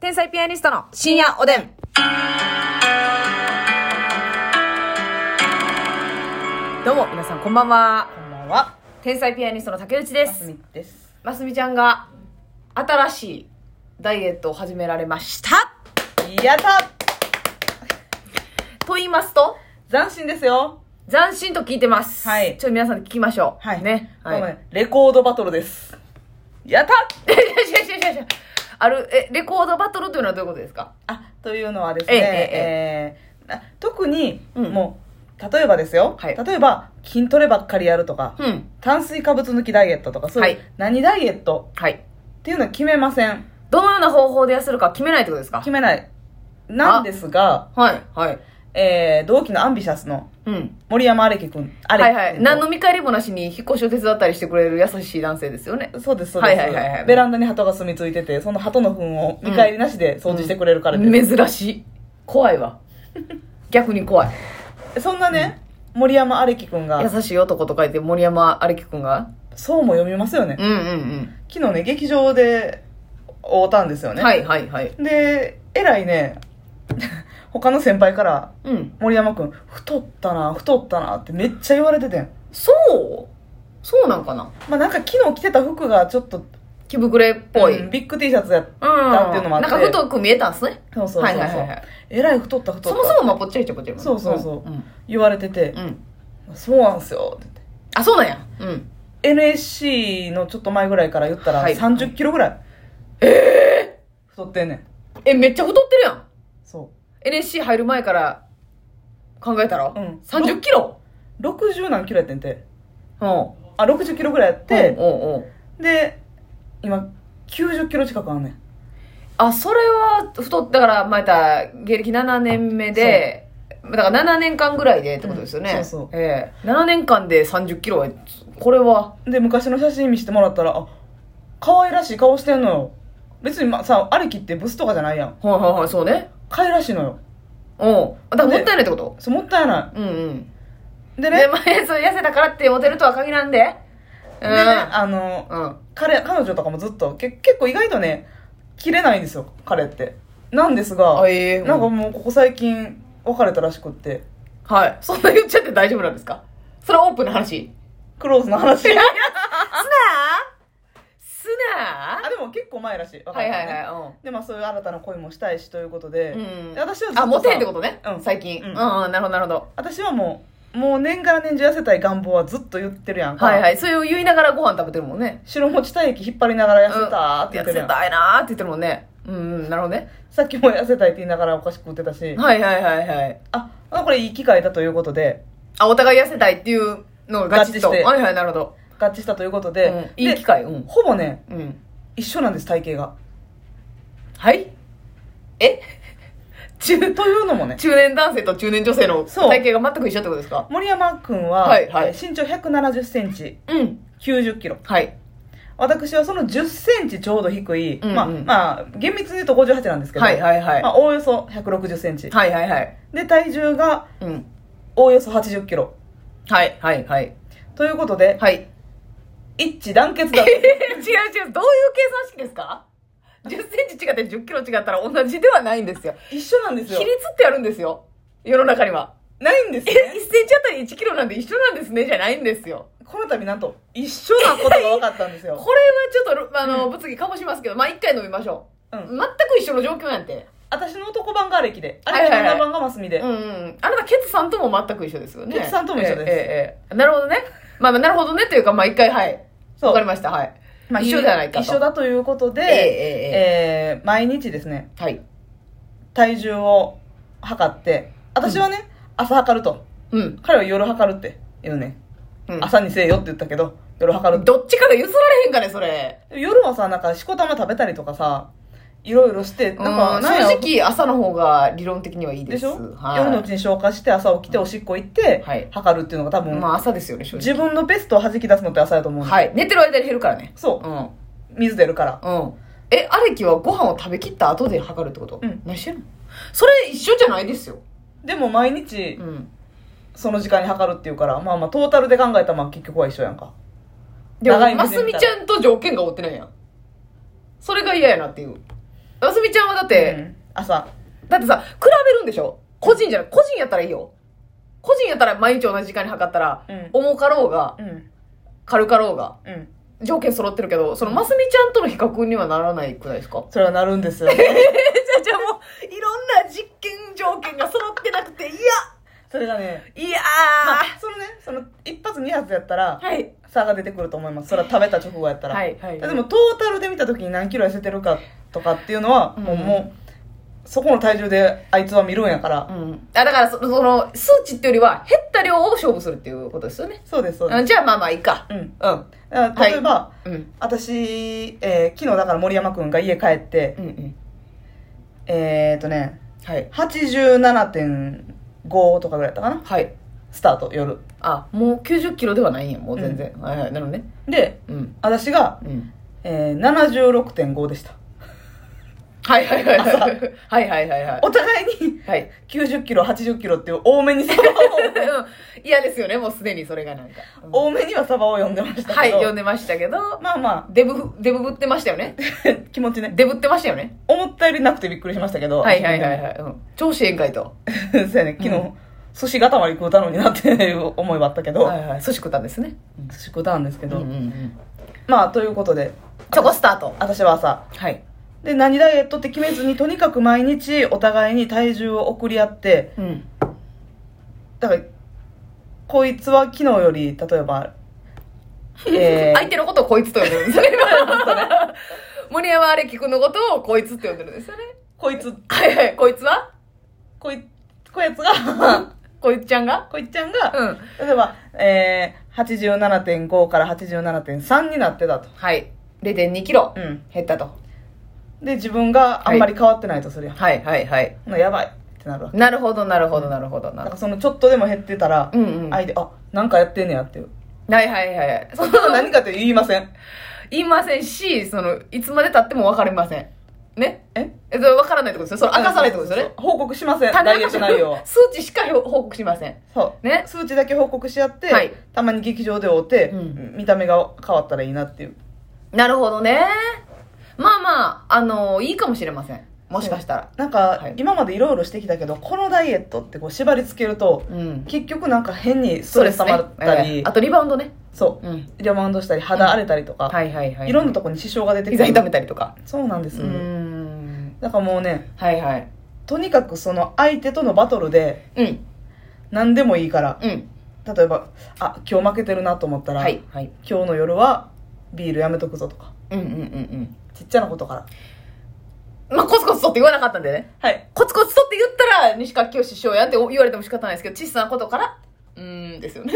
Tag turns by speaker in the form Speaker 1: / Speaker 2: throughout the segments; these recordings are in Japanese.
Speaker 1: 天才ピアニストの深夜おでん。どうも、皆さんこんばんは。
Speaker 2: こんばんは。
Speaker 1: 天才ピアニストの竹内で
Speaker 2: ます
Speaker 1: す
Speaker 2: み。です。
Speaker 1: ますみちゃんが、新しいダイエットを始められました。
Speaker 2: やった
Speaker 1: と言いますと、
Speaker 2: 斬新ですよ。
Speaker 1: 斬新と聞いてます。
Speaker 2: はい
Speaker 1: ちょっと皆さんで聞きましょう。
Speaker 2: はい。
Speaker 1: ね。
Speaker 2: このねレコードバトルです。やっ た
Speaker 1: いやいやいやいやいやある、え、レコードバトルというのはどういうことですか
Speaker 2: あ、というのはです
Speaker 1: え
Speaker 2: ね、
Speaker 1: え
Speaker 2: えーな特に、
Speaker 1: うん
Speaker 2: もう、例えばですよ、
Speaker 1: はい
Speaker 2: 例えば、筋トレばっかりやるとか、
Speaker 1: うん。
Speaker 2: 炭水化物抜きダイエットとか、そういう、
Speaker 1: はい
Speaker 2: 何ダイエット
Speaker 1: はい。
Speaker 2: っていうのは決めません。
Speaker 1: どのような方法で痩せるか決めないってことですか
Speaker 2: 決めない。なんですが、
Speaker 1: はい。はい。
Speaker 2: えー、同期のアンビシャスの
Speaker 1: うん。
Speaker 2: 森山アレキ君、アレ
Speaker 1: は
Speaker 2: キ
Speaker 1: いはい。何の見返りもなしに引っ越しを手伝ったりしてくれる優しい男性ですよね。
Speaker 2: そうです、そう
Speaker 1: は
Speaker 2: です。
Speaker 1: いはいはいはい
Speaker 2: ベランダに鳩が住み着いてて、その鳩の糞を見返りなしで掃除してくれるからです。
Speaker 1: 珍しい。怖い わ。逆に怖い。
Speaker 2: そんなね、森山アレキくんが、
Speaker 1: 優しい男と書いて森山有樹くんが。
Speaker 2: そうも読みますよね。
Speaker 1: うんうん
Speaker 2: 昨日ね、劇場で会うたんですよ
Speaker 1: うん。
Speaker 2: ね。
Speaker 1: はいはいはい。
Speaker 2: で、えらいね、他の先輩から、
Speaker 1: うん。
Speaker 2: 森山くん、太ったな、太ったなってめっちゃ言われててん。
Speaker 1: そうそうなんかな
Speaker 2: まあなんか昨日着てた服がちょっと、
Speaker 1: 着膨れっぽい。う
Speaker 2: う
Speaker 1: んん。
Speaker 2: ビッグ T シャツやったっていうのもあって。
Speaker 1: なんか太く見えたんすね。
Speaker 2: そうそうそうそう。
Speaker 1: はいはいはいはい
Speaker 2: えらい太った太
Speaker 1: そ
Speaker 2: った。
Speaker 1: もそもまあぽっちゃりちゃぽっちゃりもんね
Speaker 2: そうそうそうん言われてて
Speaker 1: う、ん。
Speaker 2: そうなんすよって言って。
Speaker 1: あ、そうなんや。うん。
Speaker 2: NSC のちょっと前ぐらいから言ったら
Speaker 1: はい
Speaker 2: 30キロぐらい、太ってんねん
Speaker 1: え、めっちゃ太ってるやん。
Speaker 2: そ
Speaker 1: NSC 入る前から考えたら、
Speaker 2: うん
Speaker 1: 30キロ
Speaker 2: う60何キロやってんて
Speaker 1: うん。
Speaker 2: あ60キロぐらいやっ
Speaker 1: で、
Speaker 2: て、
Speaker 1: おうおう
Speaker 2: で今90キロ近くあんねん
Speaker 1: あ、それは太っだから、また、芸歴7年目で、だから7年間ぐらいでってことですよね。
Speaker 2: うんそうそう
Speaker 1: ええ7年間で30キロは、これは、
Speaker 2: で昔の写真見せてもらったらあ可愛らしい顔してんのよ別にまさありきってブスとかじゃないやん
Speaker 1: はいはいはい、そうね。
Speaker 2: 可愛らしいのよ
Speaker 1: うん。だからもったいないってこと
Speaker 2: そうもったいな
Speaker 1: うんうん。
Speaker 2: いでね
Speaker 1: で、前、そう、痩せたからってモテるとは限らんで。う
Speaker 2: で
Speaker 1: ん。
Speaker 2: ねあの
Speaker 1: うん。
Speaker 2: 彼彼女とかもずっとけ結構意外とね切れないんですよ彼ってなんですが
Speaker 1: あええ
Speaker 2: なんかもうここ最近別れたらしくって
Speaker 1: はい。そんな言っちゃって大丈夫なんですかそれはオープンな話。
Speaker 2: クローズ の話
Speaker 1: すなすな
Speaker 2: あでも結構前らしい
Speaker 1: はいはい
Speaker 2: い
Speaker 1: は
Speaker 2: でまあそういう新たな恋もしたいしということ
Speaker 1: い。
Speaker 2: で、
Speaker 1: うん。うん、
Speaker 2: で私はずっとさ
Speaker 1: あ、モテへんってことね。
Speaker 2: うん
Speaker 1: 最近。う、
Speaker 2: うんん
Speaker 1: うん、なるほどなるほど。
Speaker 2: 私はもうもう年から年中痩せたい願望はずっと言ってるやんか
Speaker 1: はいはい。それを言いながらご飯食べてるもんね。
Speaker 2: 白餅体液引っ張りながら痩せたーって言
Speaker 1: 痩
Speaker 2: ってるや
Speaker 1: せ
Speaker 2: ん、
Speaker 1: たいなーって言ってるもんね。うん、うん、なるほどね。
Speaker 2: さっきも痩せたいって言いながらお菓子食ってたし
Speaker 1: はいはいはいはい。
Speaker 2: ああこれいい機会だということで
Speaker 1: あ、お互い痩せたいっていうのがガチッと。
Speaker 2: 合致して
Speaker 1: はいはい、なるほど。
Speaker 2: 合致したということ
Speaker 1: う
Speaker 2: で、
Speaker 1: ん、いい機会。うん
Speaker 2: で。ほぼね
Speaker 1: うん。
Speaker 2: 一緒なんです体型が
Speaker 1: はいえ
Speaker 2: 中というのもね
Speaker 1: 中年男性と中年女性の
Speaker 2: そう
Speaker 1: 体型が全く一緒ってことですか
Speaker 2: 森山君は、
Speaker 1: はいはい
Speaker 2: えー身長1 7 0センチ
Speaker 1: うん。
Speaker 2: 9 0キロ
Speaker 1: はい。
Speaker 2: 私はその1 0センチちょうど低い、
Speaker 1: うんうん
Speaker 2: まあ、まあ、厳密に言うと58なんですけど、
Speaker 1: はいはいはい
Speaker 2: まあ、おおよそ1 6 0センチ
Speaker 1: はいはいはい。
Speaker 2: で体重が
Speaker 1: うん。
Speaker 2: おおよそ8 0キロ
Speaker 1: はいはいはい。
Speaker 2: ということで、
Speaker 1: はい。
Speaker 2: 一致団結 だ
Speaker 1: 違う違う。どういう計算式ですか ?10 センチ違って10キロ違ったら同じではないんですよ。
Speaker 2: 一緒なんです
Speaker 1: 比
Speaker 2: よ
Speaker 1: 率ってあるんですよ。世の中には。
Speaker 2: ないんです
Speaker 1: え、1
Speaker 2: ね
Speaker 1: センチあたり1キロなんで一緒なんですねじゃないんですよ。
Speaker 2: この度なんと一緒なことが分かったんです
Speaker 1: これは
Speaker 2: よ
Speaker 1: ちょっと、あの、物議かもしますけど、まあ、一回飲みましょう。
Speaker 2: うん
Speaker 1: 全く一緒の状況なんて。
Speaker 2: 私の男版がレキであ
Speaker 1: はいは
Speaker 2: れ
Speaker 1: いはい
Speaker 2: 女版がマスミで、
Speaker 1: うんうん。あなた、ケツさんとも全く一緒ですよね。
Speaker 2: ケツさんとも一緒
Speaker 1: え
Speaker 2: です
Speaker 1: えええええなるほどね。まあ、まあなるほどねというか、まあ、一回、はい。
Speaker 2: そう
Speaker 1: わかりました、はい。
Speaker 2: まあ
Speaker 1: 一緒じゃないかと。
Speaker 2: 一緒だということで、
Speaker 1: ええ
Speaker 2: えー毎日ですね
Speaker 1: はい。
Speaker 2: 体重を測って私はね、朝測ると
Speaker 1: うん。
Speaker 2: 彼は夜測るって言うね、
Speaker 1: うん
Speaker 2: 朝にせえよって言ったけど夜測るって
Speaker 1: どっちかが譲られへんかね、それ。
Speaker 2: 夜はさなんかしこたま食べたりとかさいろいろしてなんか
Speaker 1: うん
Speaker 2: なんや
Speaker 1: 正直、朝の方が理論的にはいい
Speaker 2: で
Speaker 1: で
Speaker 2: し
Speaker 1: す。
Speaker 2: ょ、
Speaker 1: はい、
Speaker 2: 夜のうちに消化して朝起きておしっこ行って、
Speaker 1: はい
Speaker 2: 測るっていうのが多分、
Speaker 1: まあ、朝ですよね、正直。
Speaker 2: 自分のベストを弾き出すのって朝やと思うの、
Speaker 1: はい。寝てる間に減るからね。
Speaker 2: そうう、
Speaker 1: ん。
Speaker 2: 水出るから
Speaker 1: うん。え、アレキはご飯を食べきった後で測るってこと
Speaker 2: うん
Speaker 1: 何してんのそれ一緒じゃないですよ。
Speaker 2: でも毎日
Speaker 1: うん。
Speaker 2: その時間に測るっていうからまあまあトータルで考えたらまあ結局は一緒やんか
Speaker 1: でも
Speaker 2: 長、い目
Speaker 1: マ
Speaker 2: で
Speaker 1: ス
Speaker 2: 見
Speaker 1: ミ
Speaker 2: たら
Speaker 1: ちゃんと条件が合ってないやん。それが嫌やなっていう。あすみちゃんはだって、
Speaker 2: うん朝
Speaker 1: だってさ、比べるんでしょ個人じゃない。個人やったらいいよ。個人やったら毎日同じ時間に測ったら、
Speaker 2: うん
Speaker 1: 重かろうが、
Speaker 2: うん
Speaker 1: 軽かろうが、
Speaker 2: うん
Speaker 1: 条件揃ってるけど、その、ますみちゃんとの比較にはならないくらいです か
Speaker 2: それはなるんです よ
Speaker 1: じゃあじゃあもう、いろんな実験条件が揃ってなくて、い
Speaker 2: それがね
Speaker 1: やいや
Speaker 2: まあそのねその一発二発やったら
Speaker 1: はい。
Speaker 2: 差が出てくると思いますそれは食べた直後やったら、
Speaker 1: はいはい
Speaker 2: でもトータルで見た時に何キロ痩せてるかとかっていうのは、
Speaker 1: うん
Speaker 2: もうもうそこの体重であいつは見るんやから、
Speaker 1: うん。あ、だからそ、その、数値っていうよりは、減った量を勝負するっていうことですよね。
Speaker 2: そうですそう
Speaker 1: う
Speaker 2: で
Speaker 1: ん、じゃあまあまあいいか。
Speaker 2: すうん
Speaker 1: うん。
Speaker 2: だから例えば、
Speaker 1: うん。
Speaker 2: 私、えー昨日だから森山くんが家帰って、
Speaker 1: うんうん。
Speaker 2: えっ、とね
Speaker 1: はい。
Speaker 2: 87.5とかぐらいやったかな
Speaker 1: はい。
Speaker 2: スタート夜
Speaker 1: あ、もう90キロではないんや、もう全然。はいはい。なるほどね。
Speaker 2: で
Speaker 1: うん。
Speaker 2: 私が、
Speaker 1: うん。
Speaker 2: えー、76.5でした
Speaker 1: はいはい はい
Speaker 2: 朝
Speaker 1: はい。はいはいはいはい。
Speaker 2: お互いに
Speaker 1: はい。
Speaker 2: 90キロ80キロっていう多めにサバ
Speaker 1: うん嫌ですよね、もうすでにそれがなんか。うん
Speaker 2: を多めにはサバを読んでました
Speaker 1: は
Speaker 2: け
Speaker 1: い、
Speaker 2: ど、
Speaker 1: 読んでましたけど、
Speaker 2: まあま
Speaker 1: デブ、デブぶってましたよね。
Speaker 2: あ 気持ちね
Speaker 1: デブってましたよね。
Speaker 2: 思ったよりなくてびっくりしましたけど
Speaker 1: はいはいはいはい。うん調子宴会と。
Speaker 2: い そうやね昨日、
Speaker 1: うん
Speaker 2: 寿司固まり食うたのになっていう思いはあったけど、
Speaker 1: はいはい。寿司食ったんですね。
Speaker 2: 寿司食うたんですけ
Speaker 1: うん
Speaker 2: ど、
Speaker 1: うんうん。
Speaker 2: まあということで
Speaker 1: チョコスタート。
Speaker 2: 私は朝
Speaker 1: はい。
Speaker 2: で何ダイエットって決めずにとにかく毎日お互いに体重を送り合って
Speaker 1: うん。
Speaker 2: だからこいつは昨日より例 えばえー
Speaker 1: 相手のことをこいつと呼んでるん ですよね。森山アレキ君のことをこいつって呼んでるんですよね。
Speaker 2: こいつ
Speaker 1: はいはい。こいつは
Speaker 2: こいこやつが
Speaker 1: こいつちゃんが
Speaker 2: こいちゃんが
Speaker 1: うん。
Speaker 2: 例えば、えー、87.5から87.3になってたと、
Speaker 1: はい。0.2キロ
Speaker 2: うん、
Speaker 1: 減ったと。
Speaker 2: で自分があんまり変わってないとするやん、
Speaker 1: はいはいはい。
Speaker 2: なやばいってなるわけ
Speaker 1: なるほどなるほどなるほどなる
Speaker 2: だか
Speaker 1: ほ
Speaker 2: らそのちょっとでも減ってたら、
Speaker 1: ど。うんうん。はい
Speaker 2: 相手あなんかやってんねやっていう
Speaker 1: はいはい。そ
Speaker 2: そん
Speaker 1: の
Speaker 2: なの何かって言いません
Speaker 1: 言いませんし、その、いつまで経っても分かりません。ね
Speaker 2: え
Speaker 1: え、それ分からないってことですよ。それ明かさないってことですよね。
Speaker 2: 報告しません
Speaker 1: 単
Speaker 2: ダ
Speaker 1: 純
Speaker 2: イエ
Speaker 1: な
Speaker 2: ット内容は
Speaker 1: 数値しか報告しません。
Speaker 2: そう
Speaker 1: ね。
Speaker 2: 数値だけ報告し合って、
Speaker 1: はい
Speaker 2: たまに劇場で追って、
Speaker 1: うん
Speaker 2: 見た目が変わったらいいなっていう
Speaker 1: なるほどね。まあまあ、あのいいかもしれません。もしかしたら。
Speaker 2: なんか、
Speaker 1: はい
Speaker 2: 今までいろいろしてきたけどこのダイエットってこう縛りつけると
Speaker 1: うん。
Speaker 2: 結局なんか変にストレス溜まった
Speaker 1: そうですねえ
Speaker 2: り
Speaker 1: えあとリバウンドね。
Speaker 2: そう,、
Speaker 1: うん。
Speaker 2: リバウンドしたり肌荒れたりとか、
Speaker 1: はいはいはいい。
Speaker 2: ろんなとこに支障が出てく
Speaker 1: 膝
Speaker 2: る
Speaker 1: 痛めたりとか。
Speaker 2: そうなんで
Speaker 1: う
Speaker 2: す、
Speaker 1: ーん。
Speaker 2: だからもうね
Speaker 1: はいはい。
Speaker 2: とにかくその相手とのバトルで
Speaker 1: うん。
Speaker 2: 何でもいいから
Speaker 1: うん。
Speaker 2: 例えばあ今日負けてるなと思ったら、
Speaker 1: はいはい。
Speaker 2: 今日の夜はビールやめとくぞとか
Speaker 1: うんうんうん
Speaker 2: ちっちゃなことから
Speaker 1: うん。まあ、コツコツとって言わなかったんでね。
Speaker 2: はい
Speaker 1: コツコツとって言ったら、西川きよし師匠やんって言われても仕方ないですけど、小さなことから、うーんです よね。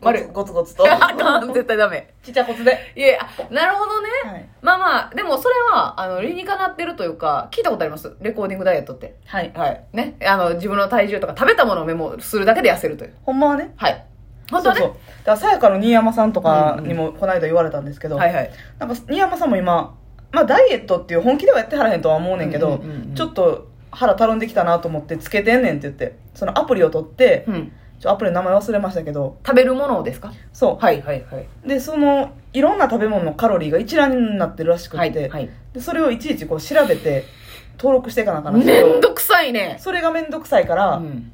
Speaker 2: ゴ
Speaker 1: 悪
Speaker 2: ツ
Speaker 1: い。
Speaker 2: ゴツゴ ツと
Speaker 1: あかん、絶対ダメ。
Speaker 2: ちっちゃいコツで
Speaker 1: いえ、あなるほどね。
Speaker 2: はい、
Speaker 1: まあまあ、でもそれは、あの、理にかなってるというか、聞いたことあります。レコーディングダイエットって。
Speaker 2: はい、
Speaker 1: はい。ね。あの、自分の体重とか食べたものをメモするだけで痩せるという。
Speaker 2: ほんまはね
Speaker 1: はい。本当はね。
Speaker 2: そうそうだからさやかの新山さんとかにもこの間言われたんですけど、
Speaker 1: はいはい。
Speaker 2: なんか新山さんも今、まあ、ダイエットっていう本気ではやってはらへんとは思うねんけ
Speaker 1: う
Speaker 2: ど、
Speaker 1: んうんうんうん
Speaker 2: ちょっと腹たるんできたなと思ってつけてんねんって言ってそのアプリを取って、
Speaker 1: うん。
Speaker 2: ちょアプリの名前忘れましたけど
Speaker 1: 食べるものをですか
Speaker 2: そ
Speaker 1: はいはいはい。
Speaker 2: うでそのいろんな食べ物のカロリーが一覧になってるらしくって、
Speaker 1: はい。はい。
Speaker 2: でそれをいちいちこう調べて登録していかなあかんらしいけ
Speaker 1: めん
Speaker 2: ど
Speaker 1: どくさいね。
Speaker 2: それがめんどくさいから、
Speaker 1: うん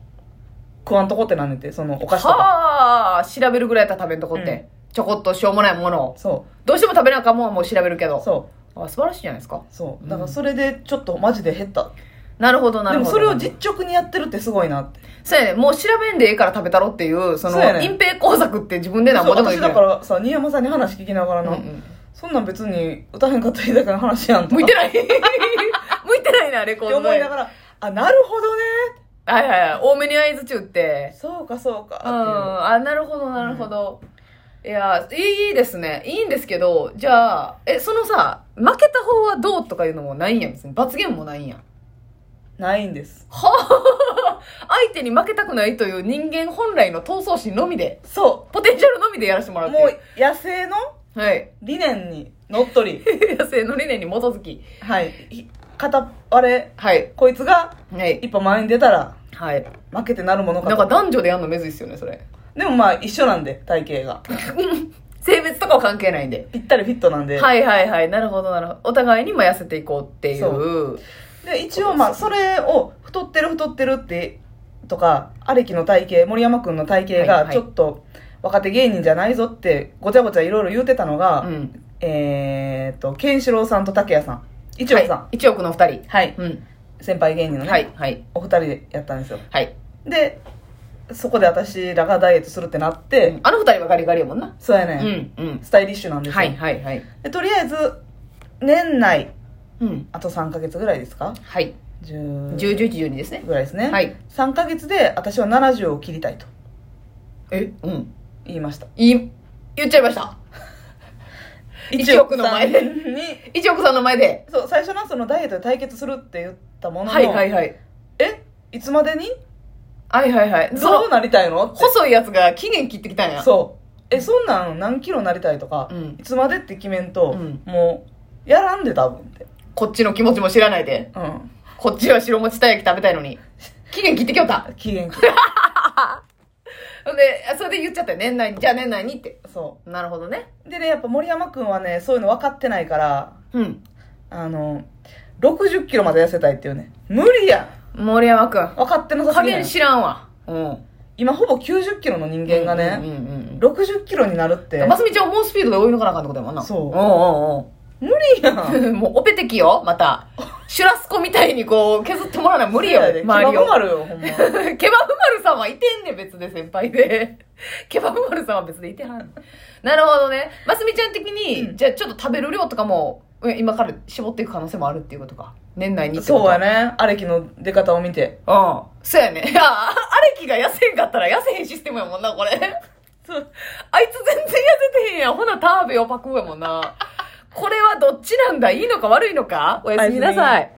Speaker 2: 食わんとこってなんねんてそのお菓子とか
Speaker 1: はあ、調べるぐらいやったら食べんとこって。ちょこっとしょうもないものを。
Speaker 2: そ
Speaker 1: どうしても食べなあかんもんはもう調べるけ
Speaker 2: う
Speaker 1: ど。
Speaker 2: そう
Speaker 1: あ、素晴らしいじゃないですか。
Speaker 2: そううんだからそれでちょっとマジで減った、
Speaker 1: なるほどな
Speaker 2: で
Speaker 1: る
Speaker 2: も
Speaker 1: ほど。
Speaker 2: それを実直にやってるってすごいなって
Speaker 1: そうやね。もう調べんでええから食べたろっていう、その
Speaker 2: そうや、ね
Speaker 1: 隠蔽工作って自分でなんぼでもで
Speaker 2: 私
Speaker 1: きる
Speaker 2: だか。らさ新山さんに話聞きながら
Speaker 1: う
Speaker 2: な、
Speaker 1: んうん
Speaker 2: そんなん別に歌へんかったらいいだけの話やんとか
Speaker 1: 向いて
Speaker 2: っ
Speaker 1: ない。向いてないな、レコー
Speaker 2: て
Speaker 1: ド
Speaker 2: 思
Speaker 1: の
Speaker 2: いながらあなるほどね
Speaker 1: はいはいはい。多めに合図中って。
Speaker 2: そうかそう
Speaker 1: うん。
Speaker 2: か
Speaker 1: あ、なるほど、なるほど。いや、いいですね。いいんですけど、じゃあ、え、そのさ、負けた方はどうとかいうのもないんやん。別に罰ゲームもないんやん。
Speaker 2: っていうないんです
Speaker 1: はあ、 相手に負けたくないという人間本来の闘争心のみで、
Speaker 2: そ
Speaker 1: ポテンシャルのみでやらせてもら
Speaker 2: う
Speaker 1: っ
Speaker 2: も
Speaker 1: て。
Speaker 2: う野生の
Speaker 1: はい。
Speaker 2: 理念にのっとり
Speaker 1: 野生の理念に基づき。
Speaker 2: はいひ片割れ
Speaker 1: はい。
Speaker 2: こいつが
Speaker 1: はい。
Speaker 2: 一歩前に出たら
Speaker 1: はい。
Speaker 2: 負けてなるものか
Speaker 1: なん
Speaker 2: と
Speaker 1: か男女でやんのめずいっすよね、それ。
Speaker 2: でもまあ一緒なんで体型が
Speaker 1: 性別とかは関係ないんで。
Speaker 2: ぴったりフィットなんで。
Speaker 1: はいはいはい。なるほどなるほど。お互いにも痩せていこうってい。
Speaker 2: そうで、一応まあ、それを、太ってる太ってるって、とか、ありきの体型、森山くんの体
Speaker 1: はい
Speaker 2: 型
Speaker 1: は
Speaker 2: が、
Speaker 1: い
Speaker 2: ちょっと、若手芸人じゃないぞって、ごちゃごちゃいろいろ言うてたのが、
Speaker 1: うん。
Speaker 2: えーっと、ケンシロウさんと竹谷さん。一応さん。
Speaker 1: はい一億の二人。
Speaker 2: はい。
Speaker 1: うん。
Speaker 2: 先輩芸人のね、
Speaker 1: はいはい。
Speaker 2: お二人でやったんですよ。
Speaker 1: はい。
Speaker 2: で、そこで私らがダイエットするってなって、
Speaker 1: うんあの二人はガリガリやもんな。
Speaker 2: そうや
Speaker 1: う
Speaker 2: ね、ん。
Speaker 1: んうん。
Speaker 2: スタイリッシュなんですよ。
Speaker 1: はいはいはい。
Speaker 2: でとりあえず、年内、
Speaker 1: うん。
Speaker 2: あと3ヶ月ぐらいですか
Speaker 1: はい。
Speaker 2: 10
Speaker 1: 10、11、12ですね。
Speaker 2: ぐらいですね。
Speaker 1: はい。
Speaker 2: 3ヶ月で私は70を切りたいと
Speaker 1: えうん。
Speaker 2: 言いました。
Speaker 1: いい、言っちゃいました。一億の前で
Speaker 2: 一億さんに。
Speaker 1: 一億さんの前で。
Speaker 2: そう、最初のそのダイエットで対決するって言ったものの、
Speaker 1: はいはいはい。
Speaker 2: えいつまでに
Speaker 1: はいはいはい。そ
Speaker 2: どう
Speaker 1: の、
Speaker 2: なりたいのって
Speaker 1: 細いやつが期限切ってきたんや。
Speaker 2: そう。え、そんなん何キロなりたいとか、
Speaker 1: うん
Speaker 2: いつまでって決めんと、
Speaker 1: うん
Speaker 2: もう、やらんで多分って。
Speaker 1: こっちの気持ちも知らないで。
Speaker 2: うん。
Speaker 1: こっちは白餅たい焼き食べたいのに。期限切ってきよった。
Speaker 2: 期限切る
Speaker 1: ほんで、あそれで言っちゃったよ。年内に。じゃあ年内にって。
Speaker 2: そ
Speaker 1: なるほどね。
Speaker 2: う。でね、やっぱ森山くんはね、そういうの分かってないから、
Speaker 1: うん。
Speaker 2: あの、60キロまで痩せたいっていうね。無理や
Speaker 1: 森山くん。
Speaker 2: ん分かってなさす
Speaker 1: 加
Speaker 2: ぎる
Speaker 1: 減。知らんわ。うん。
Speaker 2: 今ほぼ90キロの人間がね、
Speaker 1: うんうんうん
Speaker 2: 60キロになるって
Speaker 1: うん。、ますみちゃんを猛スピードで追い抜かなあかんってことやもんな。
Speaker 2: そ
Speaker 1: う
Speaker 2: う無理やん。
Speaker 1: んうん うん。もうオペテキよ、また。シュラスコみたいにこう、削ってもらわない無理よ、
Speaker 2: そうやで
Speaker 1: 周
Speaker 2: 気
Speaker 1: り
Speaker 2: ま
Speaker 1: を。
Speaker 2: ぐまるよ、ほんま。
Speaker 1: ケバフマルさんはいてんねん別で先輩で。 ケバフマルさんは別でいてはん。なるほどね。ますみちゃん的に、
Speaker 2: うん
Speaker 1: じゃあちょっと食べる量とかも、え今から絞っていく可能性もあるっていうことか。年内にってこと
Speaker 2: そうや。ね。アレキの出方を見て。
Speaker 1: うん。そうやね。 いや、あれきが痩せんかったら痩せへんシステムやもんな、これ。
Speaker 2: そう。
Speaker 1: あいつ全然痩せてへんやん。ほな、ターベをパクやもんな。これはどっちなんだいいのか悪いのかおやすみなさい。